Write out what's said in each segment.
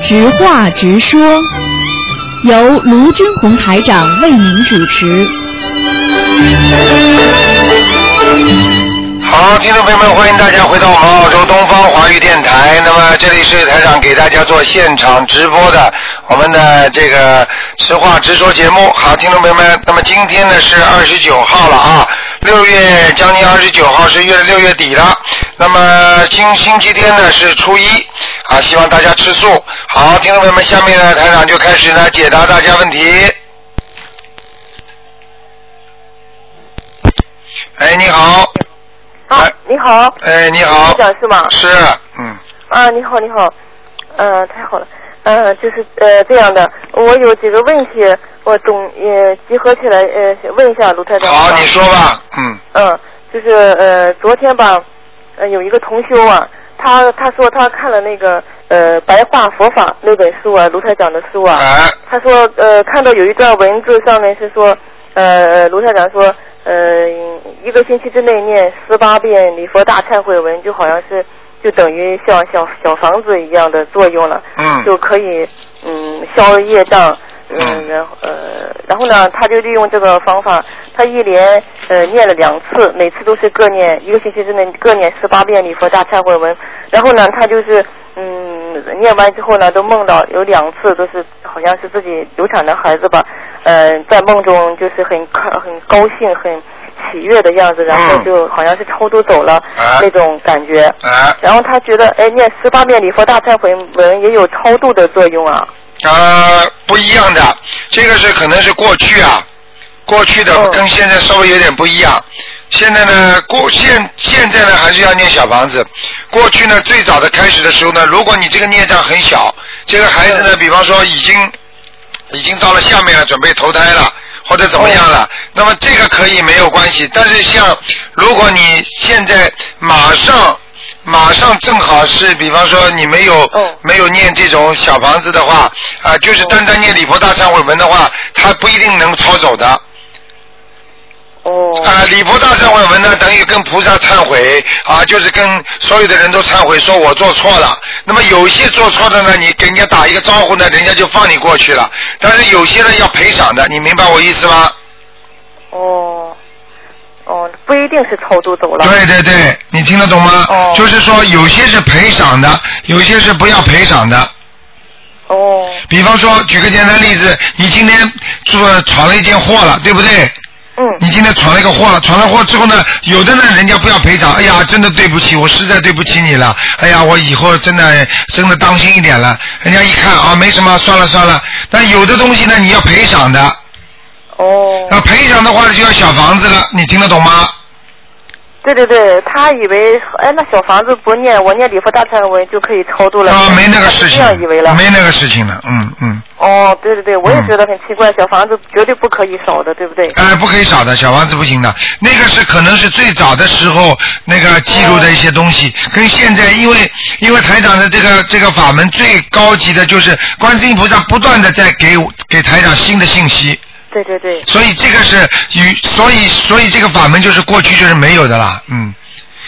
直话直说，由卢军红台长为您主持。好，听众朋友们，欢迎大家回到我们澳洲东方华语电台。那么这里是台长给大家做现场直播的我们的这个实话直说节目。好，听众朋友们，那么今天呢是二十九号了啊，六月将近二十九号是月六月底了。那么今星期天呢是初一啊，希望大家吃素。好，听众朋友们，下面呢台长就开始呢解答大家问题。哎，你好。啊，你好，哎，你台好，长是吗？是，嗯，啊，你好，你好，呃，太好了，呃，就是呃这样的，我有几个问题，我总呃集合起来呃问一下卢台长。好，吧你说吧，嗯，嗯，就是呃，昨天吧，呃，有一个同修啊，他他说他看了那个呃《白话佛法》那本书啊，卢台长的书啊，哎，他说呃看到有一段文字上面是说，呃卢台长说呃一个星期之内念十八遍礼佛大忏悔文，就好像是就等于像小小房子一样的作用了，嗯，就可以嗯消业障。嗯嗯，然后呃，然后呢，他就利用这个方法，他一连呃念了两次，每次都是各念一个星期之内各念十八遍礼佛大忏悔文。然后呢，他就是嗯念完之后呢，都梦到有两次都是好像是自己流产的孩子吧，嗯、在梦中就是很高很高兴很喜悦的样子，然后嗯就好像是超度走了、啊那种感觉。哎，然后他觉得，哎，念十八遍礼佛大忏悔文也有超度的作用啊。呃，不一样的，这个是可能是过去啊，过去的嗯跟现在稍微有点不一样。现在呢，过现现在呢还是要念小房子。过去呢，最早的开始的时候呢，如果你这个孽障很小，这个孩子呢，比方说已经已经到了下面了，准备投胎了。或者怎么样了？那么这个可以没有关系，但是像如果你现在马上马上正好是，比方说你没有、嗯没有念这种小房子的话，啊、就是单单念礼佛大忏悔文的话，它不一定能抄走的。哦啊，礼佛大忏悔文呢，等于跟菩萨忏悔啊，就是跟所有的人都忏悔，说我做错了。那么有一些做错的呢，你给人家打一个招呼呢，人家就放你过去了。但是有些呢要赔偿的，你明白我意思吗？哦哦，不一定是超度走了。对对对，你听得懂吗？哦就是说有些是赔偿的，有些是不要赔偿的。哦比方说，举个简单例子，你今天做闯了一件祸了，对不对？嗯你今天闯了一个祸了，闯了祸之后呢，有的呢人家不要赔偿，哎呀，真的对不起，我实在对不起你了，哎呀，我以后真的真的当心一点了。人家一看啊，没什么，算了算了。但有的东西呢，你要赔偿的，哦，那赔偿的话就要小房子了，你听得懂吗？对对对，他以为哎那小房子不念，我念礼佛大忏悔文就可以超度了。啊，没那个事情他是这样以为了。没那个事情了，嗯嗯。哦，对对对，我也嗯觉得很奇怪，小房子绝对不可以少的，对不对？哎，不可以少的，小房子不行的。那个是可能是最早的时候那个记录的一些东西，跟现在因为因为台长的这个这个法门最高级的就是观世音菩萨不断的在给我给台长新的信息，对对对。所以这个是与所以所以这个法门就是过去就是没有的啦，嗯。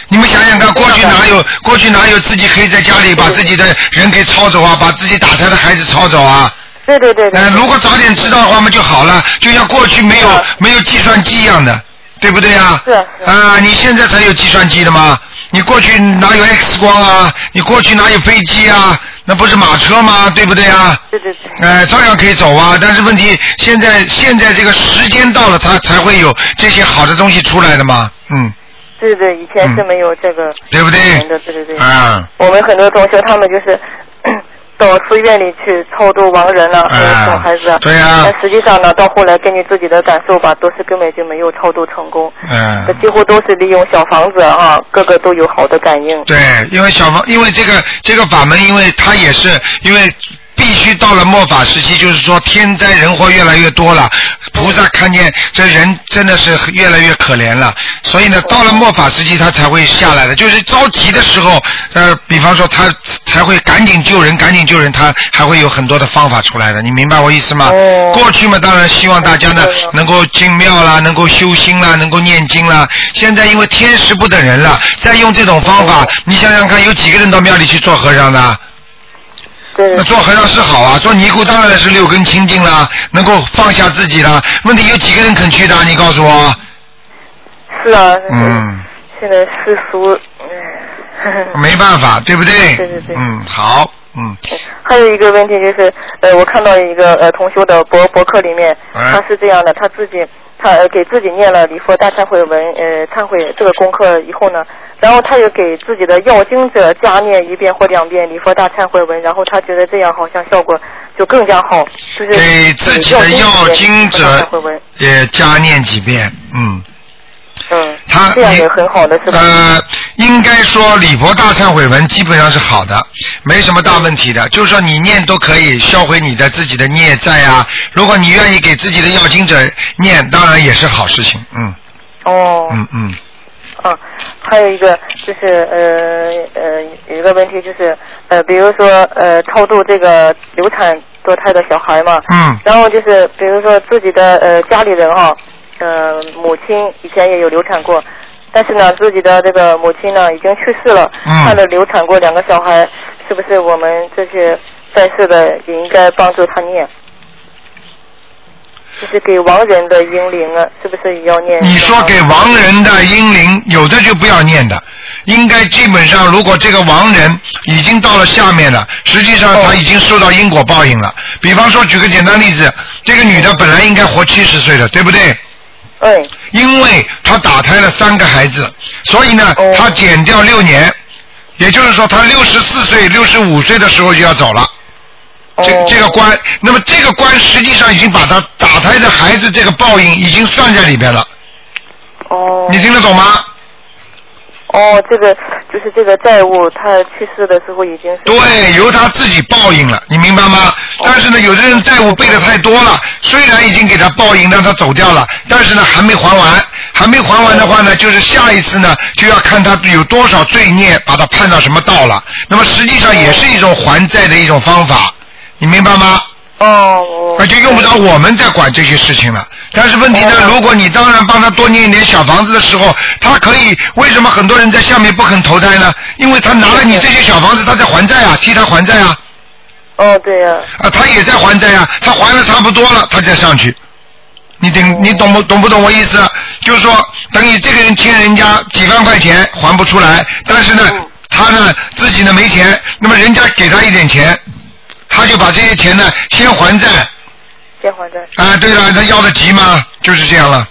你们想想看，过去哪有过去哪有自己可以在家里把自己的人给抄走啊，把自己打胎的孩子抄走啊？对对对对。呃，如果早点知道的话嘛就好了，就像过去没有、是啊没有计算机一样的，对不对呀？是啊是啊啊，你现在才有计算机的吗？你过去哪有 X 光啊？你过去哪有飞机啊？那不是马车吗？对不对啊？对对对。呃，照样可以走啊，但是问题现在现在这个时间到了，它才会有这些好的东西出来的嘛，嗯，对对，以前是没有这个对嗯不对？人的，对嗯对对。啊、我们很多同学他们就是 到寺院里去超度亡人了，还有啊小孩子。哎对啊但实际上呢，到后来根据自己的感受吧，都是根本就没有超度成功。嗯，这几乎都是利用小房子啊，个个都有好的感应。对，因为小房，因为这个这个法门，因为它也是因为。必须到了末法时期，就是说天灾人祸越来越多了，菩萨看见这人真的是越来越可怜了，所以呢，到了末法时期他才会下来的。就是着急的时候，呃，比方说他才会赶紧救人，赶紧救人，他还会有很多的方法出来的。你明白我意思吗？哦过去嘛，当然希望大家呢明白了能够进庙啦，能够修心啦，能够念经啦。现在因为天时不等人哦了，再用这种方法，你想想看，有几个人到庙里去做和尚的？对那做和尚是好啊，做尼姑当然是六根清净啦，能够放下自己啦。问题有几个人肯去的？啊你告诉我。是啊，嗯，现在世俗，嗯，没办法，对不对？对对对嗯，好，嗯，还有一个问题就是，呃，我看到一个呃同修的博博客里面，哎他是这样的，他自己他呃给自己念了礼佛大忏悔文，呃忏悔这个功课以后呢，然后他又给自己的要经者加念一遍或两遍礼佛大忏悔文，然后他觉得这样好像效果就更加好，就是给自己的要经者呃礼佛大忏悔文，也加念几遍，嗯。嗯，他这样你也很好的是吧？呃，应该说礼佛大忏悔文基本上是好的，没什么大问题的。就是说你念都可以销毁你的自己的孽债啊。如果你愿意给自己的要经者念，当然也是好事情。嗯哦，嗯嗯，啊，还有一个就是呃呃，有一个问题就是呃，比如说呃，超度这个流产堕胎的小孩嘛，嗯然后就是比如说自己的呃家里人哈、呃母亲以前也有流产过，但是呢自己的这个母亲呢已经去世了，嗯她的流产过两个小孩，是不是我们这些在世的也应该帮助她念？就是给亡人的英灵啊，是不是也要念？你说给亡人的英灵，有的就不要念的。应该基本上，如果这个亡人已经到了下面了，实际上他已经受到因果报应了。比方说，举个简单例子，这个女的本来应该活七十岁的，对不对？哎，因为她打胎了三个孩子，所以呢哦，她减掉六年，也就是说，她六十四岁、六十五岁的时候就要走了。哦这这个关，那么这个关实际上已经把她打胎的孩子这个报应已经算在里边了，哦，你听得懂吗？哦，这个就是这个债务，他去世的时候已经是对，由他自己报应了，你明白吗？但是呢，有的人债务背的太多了，虽然已经给他报应，让他走掉了，但是呢还没还完，还没还完的话呢，就是下一次呢就要看他有多少罪孽，把他判到什么道了。那么实际上也是一种还债的一种方法，你明白吗？哦，啊那就用不着我们在管这些事情了。但是问题呢，哦如果你当然帮他多念一点小房子的时候，他可以为什么很多人在下面不肯投胎呢？因为他拿了你这些小房子，他在还债啊，替他还债啊，哦，对呀、啊，他也在还债啊，他还了差不多了，他再上去。你哦懂你懂不懂不懂我意思？啊就是说，等于这个人欠人家几万块钱还不出来，但是呢嗯，他呢自己呢没钱，那么人家给他一点钱，他就把这些钱呢先还债，先还债。啊，对了，他要得急吗？就是这样了，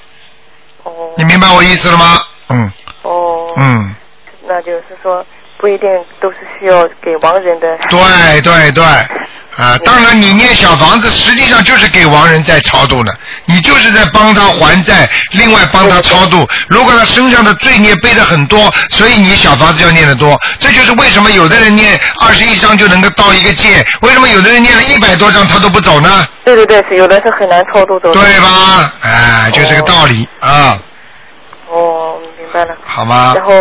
哦，你明白我意思了吗？嗯哦，，嗯，那就是说不一定都是需要给亡人的。对对对，啊，当然你念小房子，实际上就是给亡人在超度的，你就是在帮他还债，另外帮他超度。如果他身上的罪孽背的很多，所以你小房子要念得多。这就是为什么有的人念二十一章就能够到一个界，为什么有的人念了一百多章他都不走呢？对对对，是有的是很难超度走的。对吧？哎、就这个道理啊，哦，明白了。好吗？然后，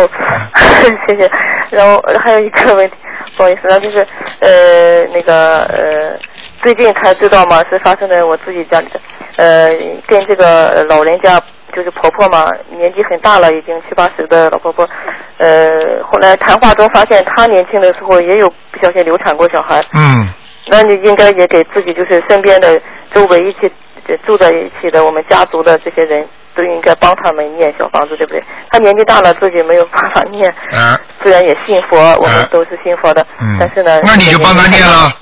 谢谢。然后还有一个问题，不好意思，然后就是呃那个呃，最近才知道嘛，是发生在我自己家里的，呃，跟这个老人家就是婆婆嘛，年纪很大了，已经七八十的老婆婆，呃，后来谈话中发现她年轻的时候也有不小心流产过小孩，嗯。那你应该也给自己就是身边的周围一起呃住在一起的我们家族的这些人都应该帮他们念小房子，对不对？他年纪大了，自己没有办法念，啊，虽然也信佛，我们都是信佛的，嗯，但是呢，那你就帮他念了。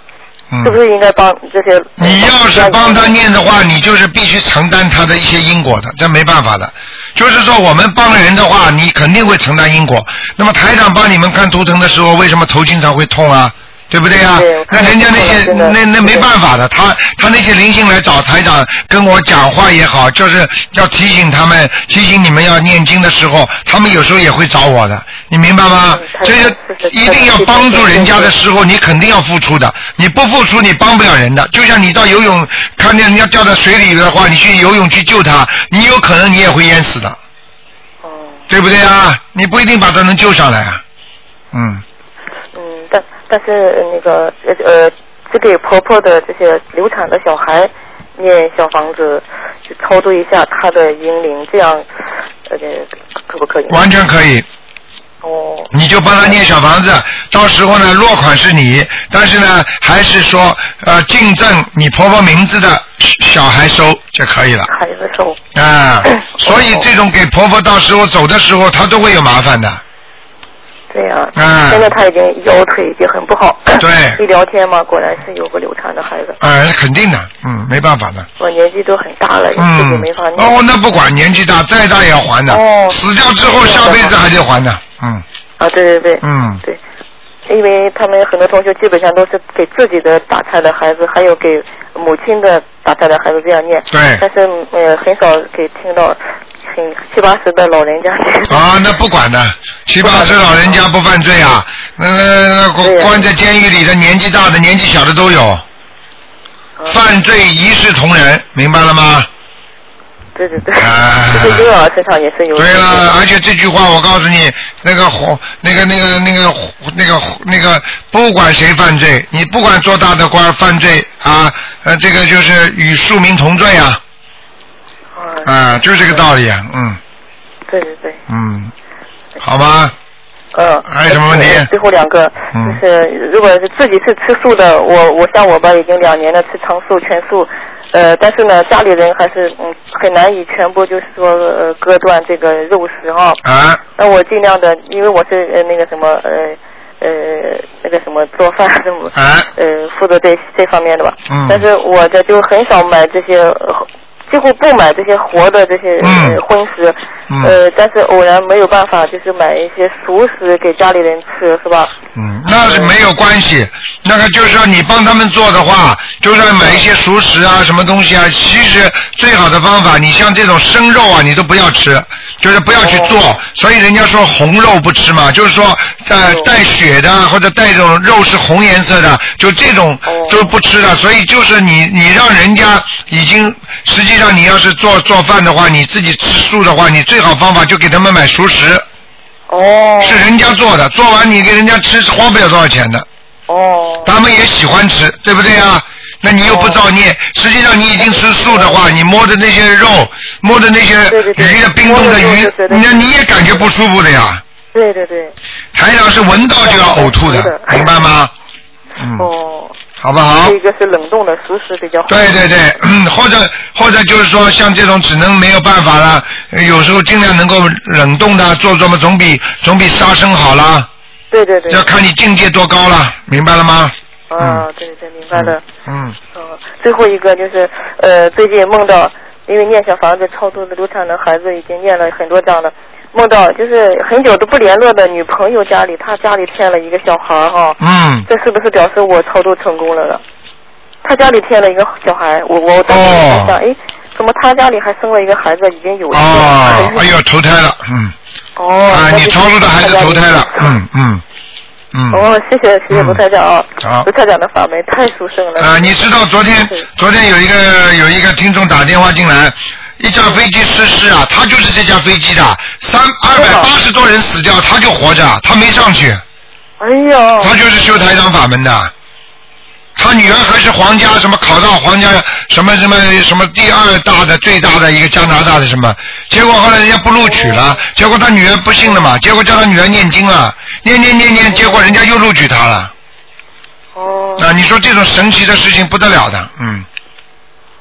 是嗯，不是应该帮这些？你要是帮他，念的话，你就是必须承担他的一些因果的，这没办法的。就是说，我们帮人的话，你肯定会承担因果。那么台长帮你们看图腾的时候，为什么头经常会痛啊？对不对啊对我？那看人家那些见过了真的那那没对办法的，他他那些灵性来找台长跟我讲话也好，就是要提醒他们，提醒你们要念经的时候，他们有时候也会找我的，你明白吗嗯？这台就长是的一定要帮助人家的时候，你肯定要付出的。你不付出，你帮不了人的。就像你到游泳，看见人家掉在水里的话，你去游泳去救他，你有可能你也会淹死的，嗯对不对啊？你不一定把他能救上来啊。嗯，嗯，但但是呃那个呃呃，只给婆婆的这些流产的小孩念小房子，就超度一下她的阴灵，这样呃可不可以？完全可以。哦，你就帮他念小房子，到时候呢，落款是你，但是呢，还是说呃，敬赠你婆婆名字的小孩收就可以了孩子收。啊。所以这种给婆婆到时候走的时候，她都会有麻烦的。对呀、嗯现在他已经腰腿已经很不好。对 一聊天嘛，果然是有个流产的孩子。啊，肯定的，嗯，没办法的，我年纪都很大了，自己嗯没法。念。哦，那不管年纪大，再大也要还的。哦死掉之后下辈子还得还的，嗯啊，对对对，嗯。对，因为他们很多同学基本上都是给自己的打胎的孩子，还有给母亲的打胎的孩子这样念。对 但是呃，很少给听到很七八十的老人家念。啊，那不管的，七八十老人家不犯罪啊，那那那对啊关呀关在监狱里的，年纪大的、年纪小的都有，啊犯罪一视同仁，明白了吗？对对对，啊 就是婴儿身上也是有。对了，而且这句话我告诉你，那个红，那个那个那个那个那个，不管谁犯罪，你不管做大的官儿犯罪啊，呃，这个就是与庶民同罪啊，啊，啊，就是这个道理啊，嗯对对对。嗯，好吧，嗯，还有什么问题最后两个，嗯就是如果是自己是吃素的，我我像我吧，已经两年了吃长素全素，呃，但是呢，家里人还是嗯很难以全部就是说呃割断这个肉食啊。啊，那我尽量的，因为我是呃那个什么呃呃那个什么做饭什么啊呃负责这这方面的吧，嗯但是我这就很少买这些。呃几乎不买这些活的这些、嗯呃荤食，嗯呃，但是偶然没有办法，就是买一些熟食给家里人吃，是吧？嗯，那是没有关系，那个就是说你帮他们做的话，就是要买一些熟食啊，什么东西啊。其实最好的方法，你像这种生肉啊，你都不要吃，就是不要去哦做。所以人家说红肉不吃嘛，就是说呃哦带血的或者带这种肉是红颜色的，就这种哦都不吃的。所以就是你你让人家已经，实际上你要是做做饭的话，你自己吃素的话，你最好方法就给他们买熟食，哦，是人家做的，做完你给人家吃，花不了多少钱的。哦，他们也喜欢吃，对不对啊？那你又不造孽，实际上你已经吃素的话，你摸着那些肉，摸着那些对对对鱼的冰冻的摸着鱼肉就觉，得那你也感觉不舒服的呀。对对对，台长是闻到就要呕吐是的的，明白吗？嗯，哦，好不好这？个是冷冻的熟食比较好。对对对，嗯或者或者就是说，像这种只能没有办法了，有时候尽量能够冷冻的做做嘛，总比总比杀生好啦。对对对，要看你境界多高了，明白了吗？啊，对对对，明白了。嗯，嗯，最后一个就是呃，最近梦到，因为念小房子超度的流产的孩子已经念了很多章了，梦到就是很久都不联络的女朋友家里，她家里添了一个小孩儿哈，嗯。这是不是表示我超度成功了呢？她家里添了一个小孩，我我当时哦在想，哎，怎么她家里还生了一个孩子，已经有一个孩哦，子哎呦，投胎了，嗯，哦，啊，那你就超度的孩子她家投里胎了，嗯嗯嗯，哦，谢谢谢谢嗯卢台长啊，好卢台长的法门太殊胜了。啊，你知道昨天对昨天有一个有一个听众打电话进来，一架飞机失事啊，他就是这架飞机的，三二百八十多人死掉，他就活着，他没上去，哎呦，他就是修台长法门的。他女儿还是皇家什么考上皇家什么什么什么第二大的最大的一个加拿大的什么，结果后来人家不录取了，结果他女儿不信了嘛，结果叫他女儿念经了，念念念念，结果人家又录取他了。哦，啊，你说这种神奇的事情不得了的，嗯，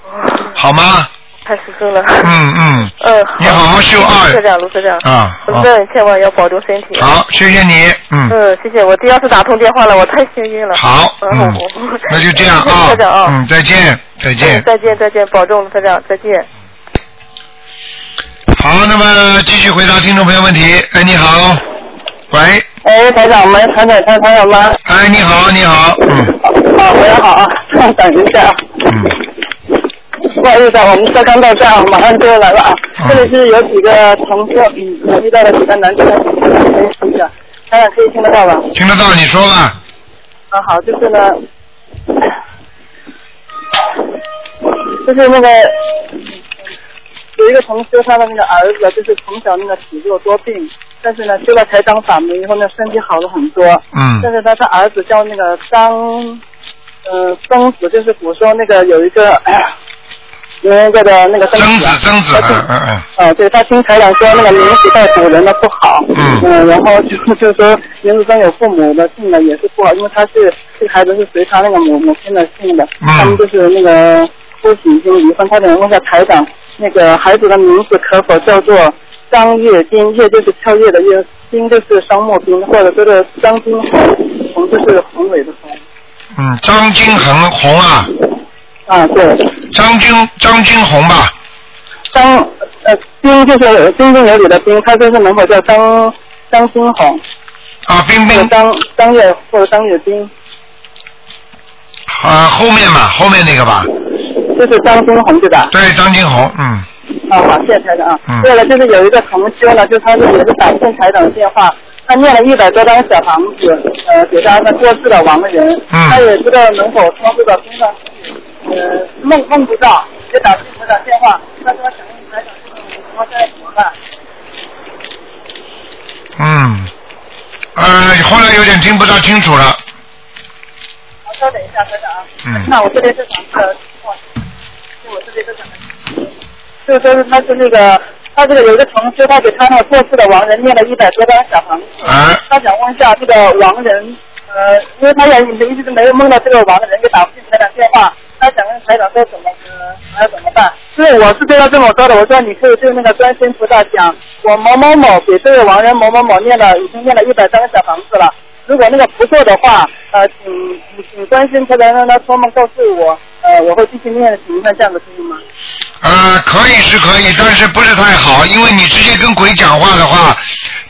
哦好吗？太殊胜了。嗯嗯， 嗯，你好好修啊卢科长，卢科长，啊，卢好，科长，千万要保重身体。。好，谢谢你，嗯，嗯，谢谢。我这要是打通电话了，我太幸运了。好，嗯嗯我我，那就这样 谢谢卢科长啊，啊。嗯，再见，再见嗯。再见，再见，保重，卢科长，再见。好，那么继续回答听众朋友问题。哎，你好，喂，哎，台长们，台长，台长台长吗？哎，你好，你好，嗯啊，我要好啊， 等一下啊，嗯，不好意思啊，我们车刚到站，马上就要来了啊。嗯这里是有几个同事，嗯，我遇到了几个难题，可以一下，台长可以听得到吧？听得到你说吧，啊，好，就是呢， 就是那个有一个同事，他的那个儿子就是从小那个体弱多病，但是呢修了台长法门以后呢，身体好了很多。嗯但是他的儿子叫那个张，呃，曾子，就是古时候那个有一个，哎呀有人家的那个曾子子啊，曾子，嗯嗯嗯。呃，对他听台长说那个名字带古人的不好，嗯然后 就就说名字中有父母的姓的也是不好，因为他是这个孩子是随他那个母母亲的姓的，嗯他们就是那个夫妻已经离婚，他想问一下台长，那个孩子的名字可否叫做张月金？月就是跳跃的月，金就是双木冰，或者说是张金红，红就是宏伟的宏。嗯，张君恒红啊，啊，对，张君张君红吧，张呃冰就是彬彬有礼的彬，他就是能否叫张张金红？啊，冰那个冰张张月或者张月冰，啊，后面吧，后面那个吧，就是张金红对吧？对，张君红，嗯，啊，好，谢谢台长啊。嗯对了，就是有一个同修呢，就他是也是打进台长的电话，他念了一百多张小房子，呃，给他那过世的亡人，嗯他也不知道能否通这个工作，呃，梦梦不到，也打进台长电话，他说想问台长这个情况现在怎么办？嗯，呃，后来有点听不大清楚了，好，稍等一下，台长啊。嗯那我这边是想呃，我对我这边是想，就是说是他是那个，他这个有一个同事，他给他那个过世的亡人念了一百多张小房子，啊，他想问一下这个亡人，呃，因为他也一直都没有梦到这个亡人，就打不进台长电话。他想问台长说怎么，呃，还要怎么办？对，我是对他这么说的，我说你可以对那个观世音菩萨讲，我某某某给这个亡人某某某念了，已经念了一百张小房子了。如果那个不做的话，呃，请请请观世音菩萨让他托梦告诉我，呃，我会继续念的情况，这样子可以吗？呃，可以是可以，但是不是太好，因为你直接跟鬼讲话的话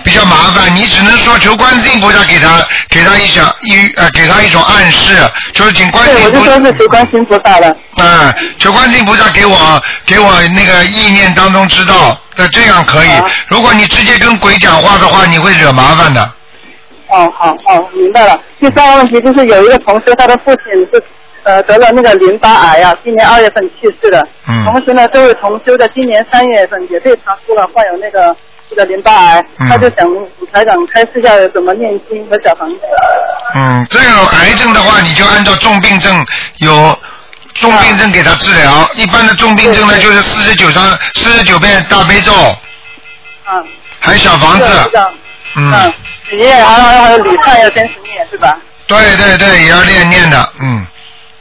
比较麻烦，你只能说求观世音菩萨给他给他一讲一呃给他一种暗示，就是请观世对，我音就菩说是求观世音菩萨了。啊，求观世音菩萨给我给我那个意念当中知道，那这样可以啊。如果你直接跟鬼讲话的话，你会惹麻烦的。哦，好，哦，明白了。第三个问题就是有一个同事，他的父亲是呃得了那个淋巴癌啊，今年二月份去世的。嗯同时呢，这位同修在今年三月份也被查出了患有那个这个淋巴癌，嗯他就想请台长开示一下怎么念经和小房子。啊嗯，这种癌症的话，你就按照重病症有重病症给他治疗。一般的重病症呢，对对就是四十九张四十九遍大悲咒，啊，还有小这房个子。像啊嗯，许愿还有还有礼忏要坚持念是吧？对对对，也要练念的。嗯，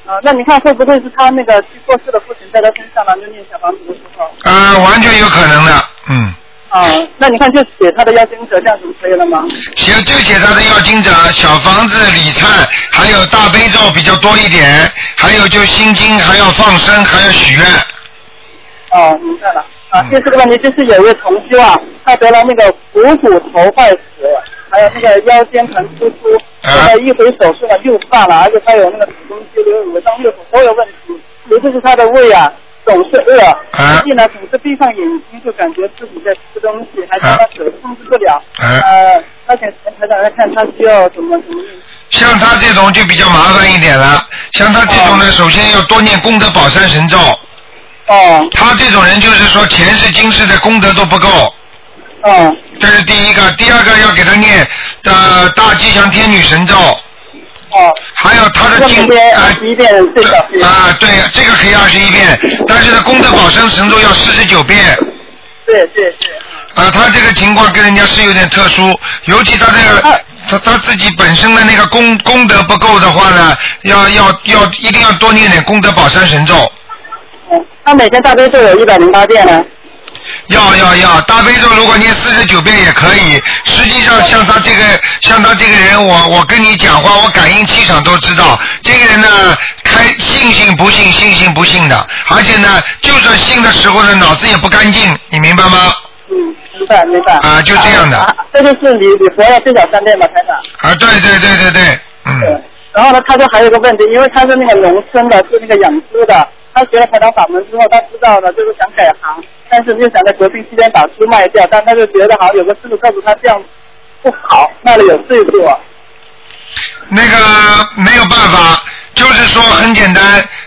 啊，那你看会不会是他那个去过世的父亲在他身上呢？就念小房子的时候，啊，完全有可能的。嗯。啊，那你看就写他的要经者，这样子可以了吗？写就写他的要经者、小房子、礼忏，还有大悲咒比较多一点，还有就心经，还要放生，还要许愿。哦，明白了。啊嗯，第四个问题就是有一位同修啊，他得了那个股骨头坏死，还有那个腰间盘突出，啊现在一回手术呢又犯了，而且他有那个子宫肌瘤、乳脏六腑都有问题，尤其是他的胃啊总是饿，啊最近呢总是闭上眼睛就感觉自己在吃东西，还加上手控制不了。啊呃，他想台长来看他需要怎么怎么念。像他这种就比较麻烦一点了。像他这种呢，首先要多念功德宝山神咒。哦，他这种人就是说前世今世的功德都不够，哦，这是第一个。第二个要给他念呃大吉祥天女神咒，哦，还有他那的经每天啊二十一遍最少。啊对，这个可以二十一遍，但是呢功德宝山神咒要四十九遍。对对对。啊，他这个情况跟人家是有点特殊，尤其他这啊个他他自己本身的那个功功德不够的话呢，要要要一定要多念点功德宝山神咒。嗯他每天大悲咒有一百零八遍呢。要要要，大悲咒如果念四十九遍也可以。实际上像他这个像他这个人，我我跟你讲话，我感应气场都知道，这个人呢，开信信不信，信信不信的，而且呢，就算信的时候呢，脑子也不干净，你明白吗？嗯，明白明白。啊就这样的啊这就是你你佛要最少三遍吧，台长。啊，对对对对对，嗯对。然后呢，他就还有一个问题，因为他是那个农村的，是那个养猪的。他学了台长法门之后，他知道了，就是想改行，但是又想在国庆期间把猪卖掉，但他就觉得好像有个师傅告诉他这样不好，卖了有罪过。那个没有办法，就是说很简单，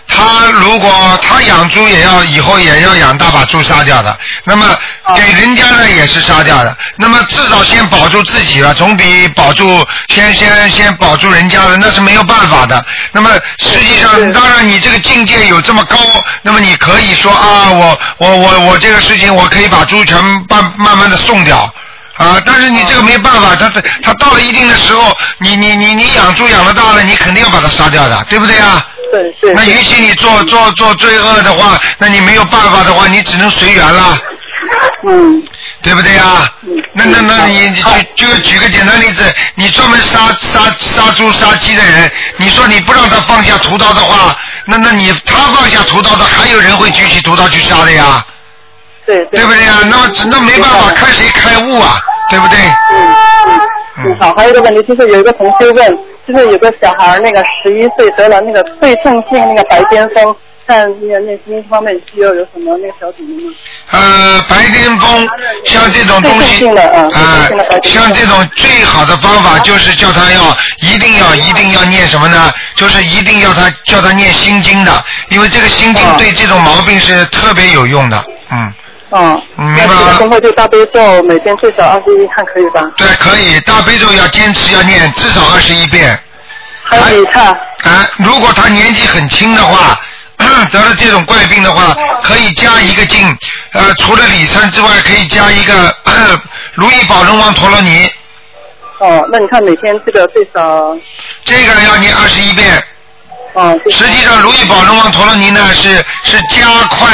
他如果他养猪也要以后也要养大把猪杀掉的，那么给人家呢也是杀掉的，那么至少先保住自己吧，啊总比保住先先先保住人家的那是没有办法的。那么实际上，当然你这个境界有这么高，那么你可以说啊，我我我我这个事情我可以把猪全慢慢慢的送掉。啊，但是你这个没办法，他他到了一定的时候，你你你你养猪养了大了，你肯定要把它杀掉的，对不对啊？是是。那允许你嗯做做做罪恶的话，那你没有办法的话，你只能随缘了，嗯，对不对啊？那那那你你就就举个简单例子，你专门杀杀杀猪杀鸡的人，你说你不让他放下屠刀的话，那那你他放下屠刀的，还有人会举起屠刀去杀的呀，对对不对啊？那么只那没办法，看谁开悟啊，对不对？嗯嗯，好，还有一个问题就是有一个同学问，就是有个小孩儿那个十一岁得了那个对称性那个白癜风，看那个那那方面需要有什么那个小组织吗？呃，白癜风像这种东对对西，性的啊啊对对性的白癜风像这种最好的方法就是叫他要一定要一定要念什么呢？就是一定要他叫他念心经的，因为这个心经啊对这种毛病是特别有用的。嗯，嗯，嗯明白那这了个功课就大悲咒，每天最少二十一，看可以吧？对，可以大悲咒要坚持要念至少二十一遍。还哎有你看，啊，如果他年纪很轻的话， 得了这种怪病的话，可以加一个经，呃，除了礼忏之外，可以加一个呃如意宝龙王陀罗尼，哦，那你看每天这个最少，这个要念二十一遍。哦，最少实际上，如意宝龙王陀罗尼呢是是加快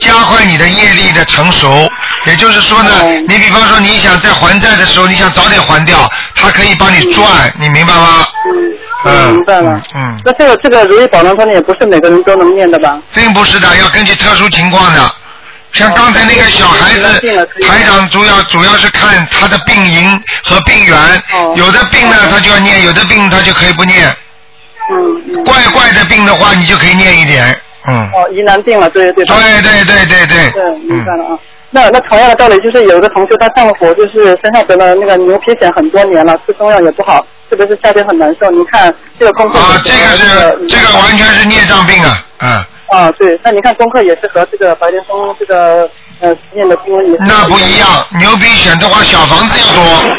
加快你的业力的成熟，也就是说呢嗯，你比方说你想在还债的时候，你想早点还掉，它可以帮你赚，你明白吗？嗯，嗯嗯，明白了。嗯嗯那这个这个如意宝龙他也不是每个人都能念的吧？并不是的，要根据特殊情况的。像刚才那个小孩哦子病了可，以台长主要主要是看他的病因和病源哦，有的病呢哦他就要念，有的病他就可以不念。嗯嗯。怪怪的病的话，你就可以念一点。嗯，哦，疑难病了，对对对。对对对对对。对，明白嗯了啊。那那同样的道理，就是有一个同学他上火，就是身上得了那个牛皮癣很多年了，吃中药也不好，特别是夏天很难受。您看这个功课啊，这也个和是这个完全是孽障病啊，嗯，啊，对，那您看功课也是和这个白癜风这个呃念的经文也是那不一样。牛皮癣的话，小房子要多，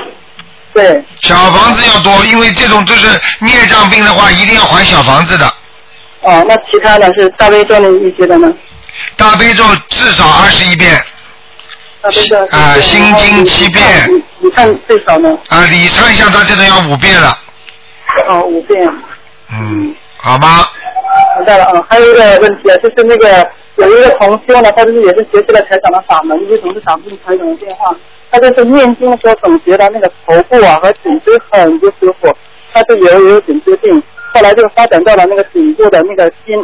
对，小房子要多，因为这种就是孽障病的话，一定要还小房子的。哦，那其他的是大悲咒您一些的呢？大悲咒至少二十一遍，大悲咒啊心经七遍你你看最少呢？啊，礼忏像他这种要五遍了，哦，五遍。嗯，好吗？明白了啊，还有一个问题啊，就是那个有一个同修呢，他就是也是学习了台长的法门，因为总是打不进台长的电话，他就是念经的时候总觉得那个头部啊和颈椎很不舒服，他就有有颈椎病，后来就发展到了那个颈部的那个筋，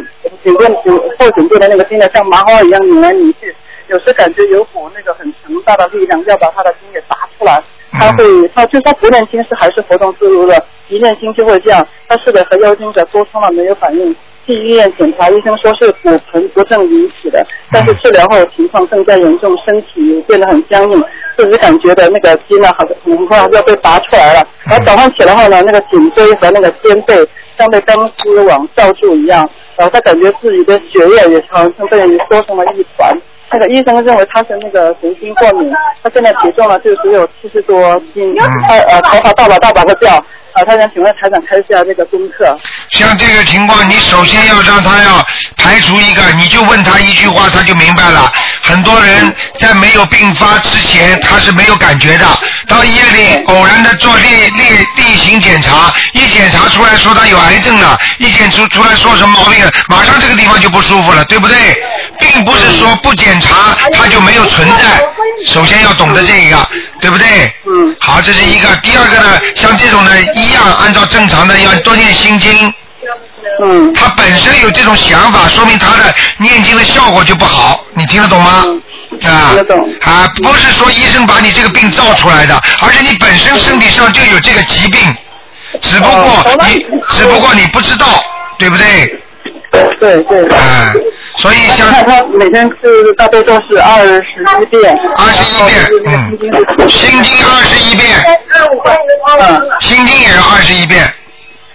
颈部颈后颈部的那个筋呢像麻花一样拧来拧去，有时感觉有股那个很强大的力量要把他的筋给拔出来，他嗯会，他就他不念经是还是活动自如的，一念经就会这样。他试着和妖精者沟通了，没有反应。去医院检查，医生说是骨盆不正引起的，但是治疗后情况更加严重，身体变得很僵硬，自己感觉的那个筋呢，好像很快要被拔出来了。然后早上起来后呢，那个颈椎和那个肩背像被钢丝网罩住一样，然后他感觉自己的血液也好像被缩成了一团。那个医生认为他是那个神经过敏，他现在体重呢就只有七十多斤，他呃头发到了大把个掉，呃他想请问台长开一下这个功课，像这个情况，你首先要让他要排除一个，你就问他一句话，他就明白了。很多人在没有病发之前，他是没有感觉的。到医院里偶然的做例例例行检查，一检查出来说他有癌症了，一检出出来说什么毛病了，马上这个地方就不舒服了，对不对？并不是说不检查它就没有存在，首先要懂得这一个，对不对？嗯好，这是一个。第二个呢，像这种呢，一样按照正常的要多念心经。嗯他本身有这种想法，说明他的念经的效果就不好，你听得懂吗？啊嗯听得懂啊，不是说医生把你这个病造出来的，而是你本身身体上就有这个疾病，只不过哦懂了你只不过你不知道，对不对？对对，啊，所以像那他每天是大悲咒是二十一遍， 21遍嗯然后就是那嗯个心心经是经二十一遍，嗯心经也要二十一遍，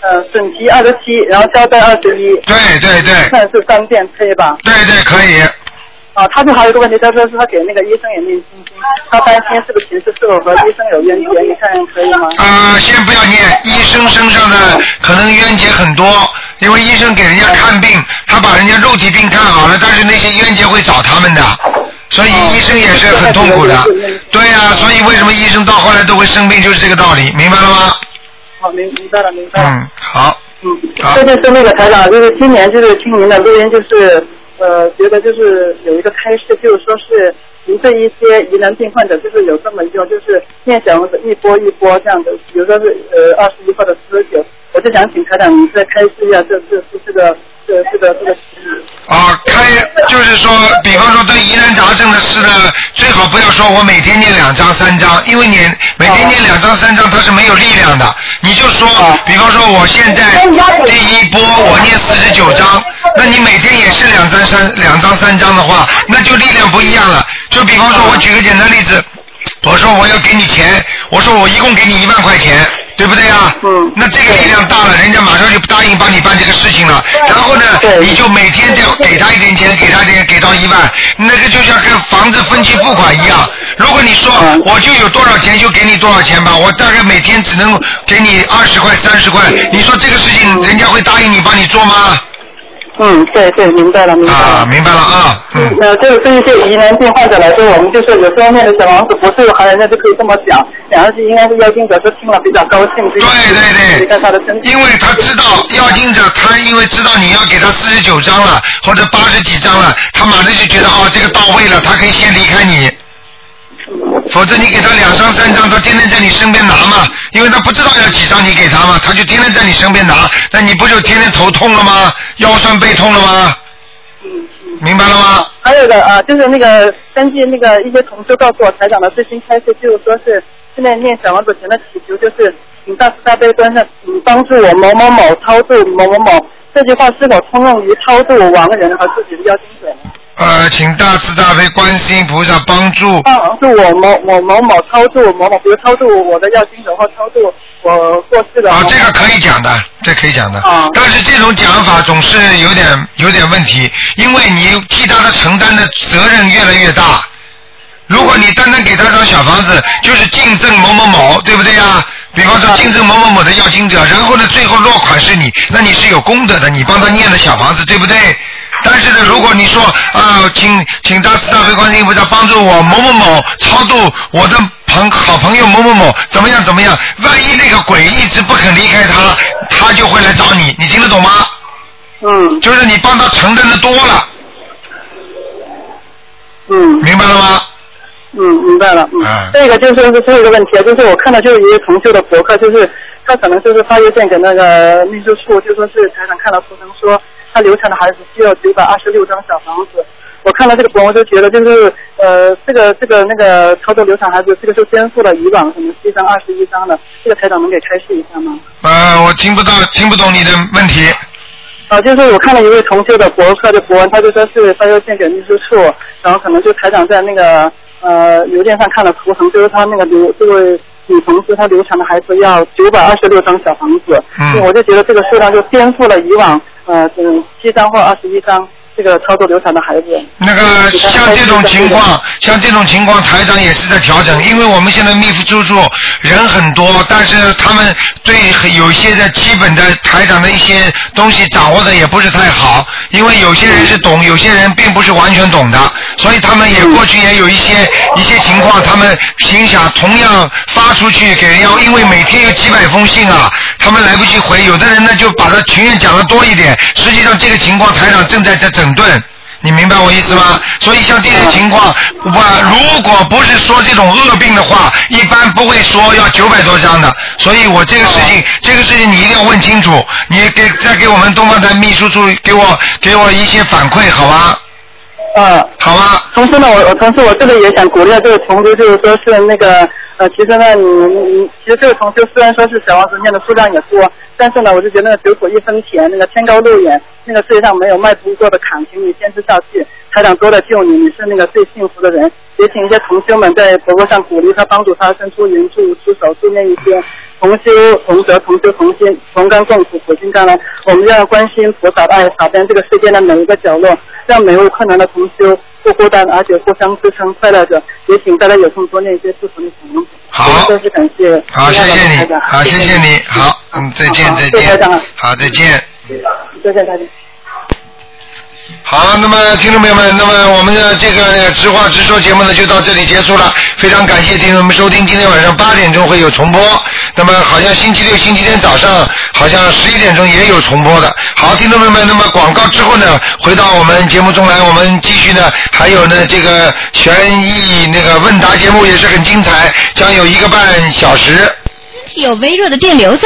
呃准提二十七，然后消灾二十一，对对对算是三遍可以吧？对对，可以。啊，他就还有一个问题，他说是他给那个医生也念心经，他担心是不是前世是否和医生有冤结，你看可以吗？啊，先不要念，医生身上的可能冤结很多，因为医生给人家看病，他把人家肉体病看好了，但是那些冤结会找他们的，所以医生也是很痛苦的。对呀、所以为什么医生到后来都会生病，就是这个道理，明白了吗？好，哦明明白了，明白了。嗯，好，嗯，好这就是那个台长，就是今年就是听您的录音，就是呃，觉得就是有一个开示，就是说是您对一些疑难病患者，就是有这么一种，就是念小王子一波一波这样的，比如说是呃二十一或者四十九，我就想请台长您再开示一下，这这这这个这这个这个啊，开就是说，比方说对疑难杂症的事呢，最好不要说我每天念两张三张，因为你每天念两张三张它是没有力量的。你就说，啊比方说我现在第一波我念四十九张，那你每天也是两张三两张三张的话，那就力量不一样了。就比方说，我举个简单例子，我说我要给你钱，我说我一共给你一万块钱，对不对啊？嗯那这个力量大了，人家马上就答应帮你办这个事情了。然后呢，对你就每天这样给他一点钱，给他一点，给到一万，那个就像跟房子分期付款一样。如果你说嗯我就有多少钱就给你多少钱吧，我大概每天只能给你二十块、三十块，你说这个事情人家会答应你帮你做吗？嗯，对对，明白了，明白了。啊，明白了啊，嗯，呃，就是对一些疑难病患者来说，我们就是有时候念的小王子不是好人家就可以这么讲，然后是应该是妖精者是听了比较高兴，对对对对看他的身体，因为他知道要盯着他，因为知道你要给他四十九张了或者八十几张了，他马上就觉得哦这个到位了，他可以先离开你。否则你给他两张三张，他天天在你身边拿嘛，因为他不知道要几张你给他嘛，他就天天在你身边拿，那你不就天天头痛了吗？腰酸背痛了吗？嗯嗯。明白了吗？还有的啊，就是那个根据那个一些同事告诉我台长的最新开示，就是说是现在念小王子前的祈求就是，请大慈大悲观世，请帮助我某某某超度某某某，这句话是否通用于超度亡人和自己的妖精者呢？呃，请大慈大悲观世音菩萨帮助帮助我某某某某超度某某，比如超度我的要经者或超度我过世的某啊，某。这个可以讲的，这可以讲的啊。但是这种讲法总是有点有点问题，因为你替他的承担的责任越来越大。如果你单单给他张小房子，就是敬赠某某某，对不对呀？比方说敬赠某某某的要经者，然后呢，最后落款是你，那你是有功德的，你帮他念的小房子，对不对？但是呢，如果你说啊、请请大慈大悲观世音菩萨帮助我某某某超度我的朋好朋友某某某怎么样怎么样，万一那个鬼一直不肯离开他，他就会来找你，你听得懂吗？嗯就是你帮他承担的多了，嗯明白了吗？嗯，明白了。嗯啊，这个就是是这个问题啊，就是我看到就是一个同修的博客，就是他可能就是发邮件给那个秘书处，就说是台长看到图腾说他流产的孩子需要九百二十六张小房子。我看到这个博文，我就觉得就是呃，这个这个那个操作流产孩子，这个是颠覆了以往什么七张、二十一张的，这个台长能给开示一下吗？呃，我听不到，听不懂你的问题。呃，就是我看了一位同修的博客的博文，他就说是发邮件给秘书处，然后可能就台长在那个呃邮件上看了图腾，就是他那个流这位女同志她流产的孩子要九百二十六张小房子，嗯所以我就觉得这个数量就颠覆了以往呃嗯七张或二十一张这个操作流产的孩子。那个像这种情况，像这种情况，台长也是在调整，因为我们现在秘书处人很多，但是他们对有一些的基本的台长的一些东西掌握的也不是太好，因为有些人是懂，有些人并不是完全懂的，所以他们也过去也有一些一些情况，他们心想同样发出去给人要，因为每天有几百封信啊，他们来不及回，有的人呢就把他情愿讲的多一点，实际上这个情况台长正在在整顿。你明白我意思吗？所以像这嗯些情况，我如果不是说这种恶病的话，一般不会说要九百多张的。所以我这个事哦情，这个事情你一定要问清楚。你给再给我们东方台秘书处给我给我一些反馈，好吧？呃，好吧？同时呢，我我同时我这里也想鼓励啊这个同学，就是说是那个呃，其实呢，你你其实这个同学虽然说是小王子念的数量也多，但是呢，我就觉得那个水果一分甜，那个天高路远，那个世界上没有迈不过的坎，请你坚持下去。台长说的救你，你是那个最幸福的人。也请一些同修们在博客上鼓励他，帮助他伸出援助之手，助念一些同修、同德、同修、同心、同甘共苦，苦尽甘来。我们要关心菩萨的爱洒遍这个世界的每一个角落，让每位困难的同修不孤单，而且互相支撑，快乐着。也请大家有空多念一些不同的小龙。好再次感谢。好，谢谢台你，长好，谢谢你，好，嗯，再见，好再谢谢台见长，好，再见。谢谢大家。好，那么听众朋友们，那么我们的这个直话直说节目呢，就到这里结束了。非常感谢听众们收听，今天晚上八点钟会有重播。那么好像星期六、星期天早上，好像十一点钟也有重播的。好，听众朋友们，那么广告之后呢，回到我们节目中来，我们继续呢，还有呢这个悬疑那个问答节目也是很精彩，将有一个半小时。有微弱的电流在。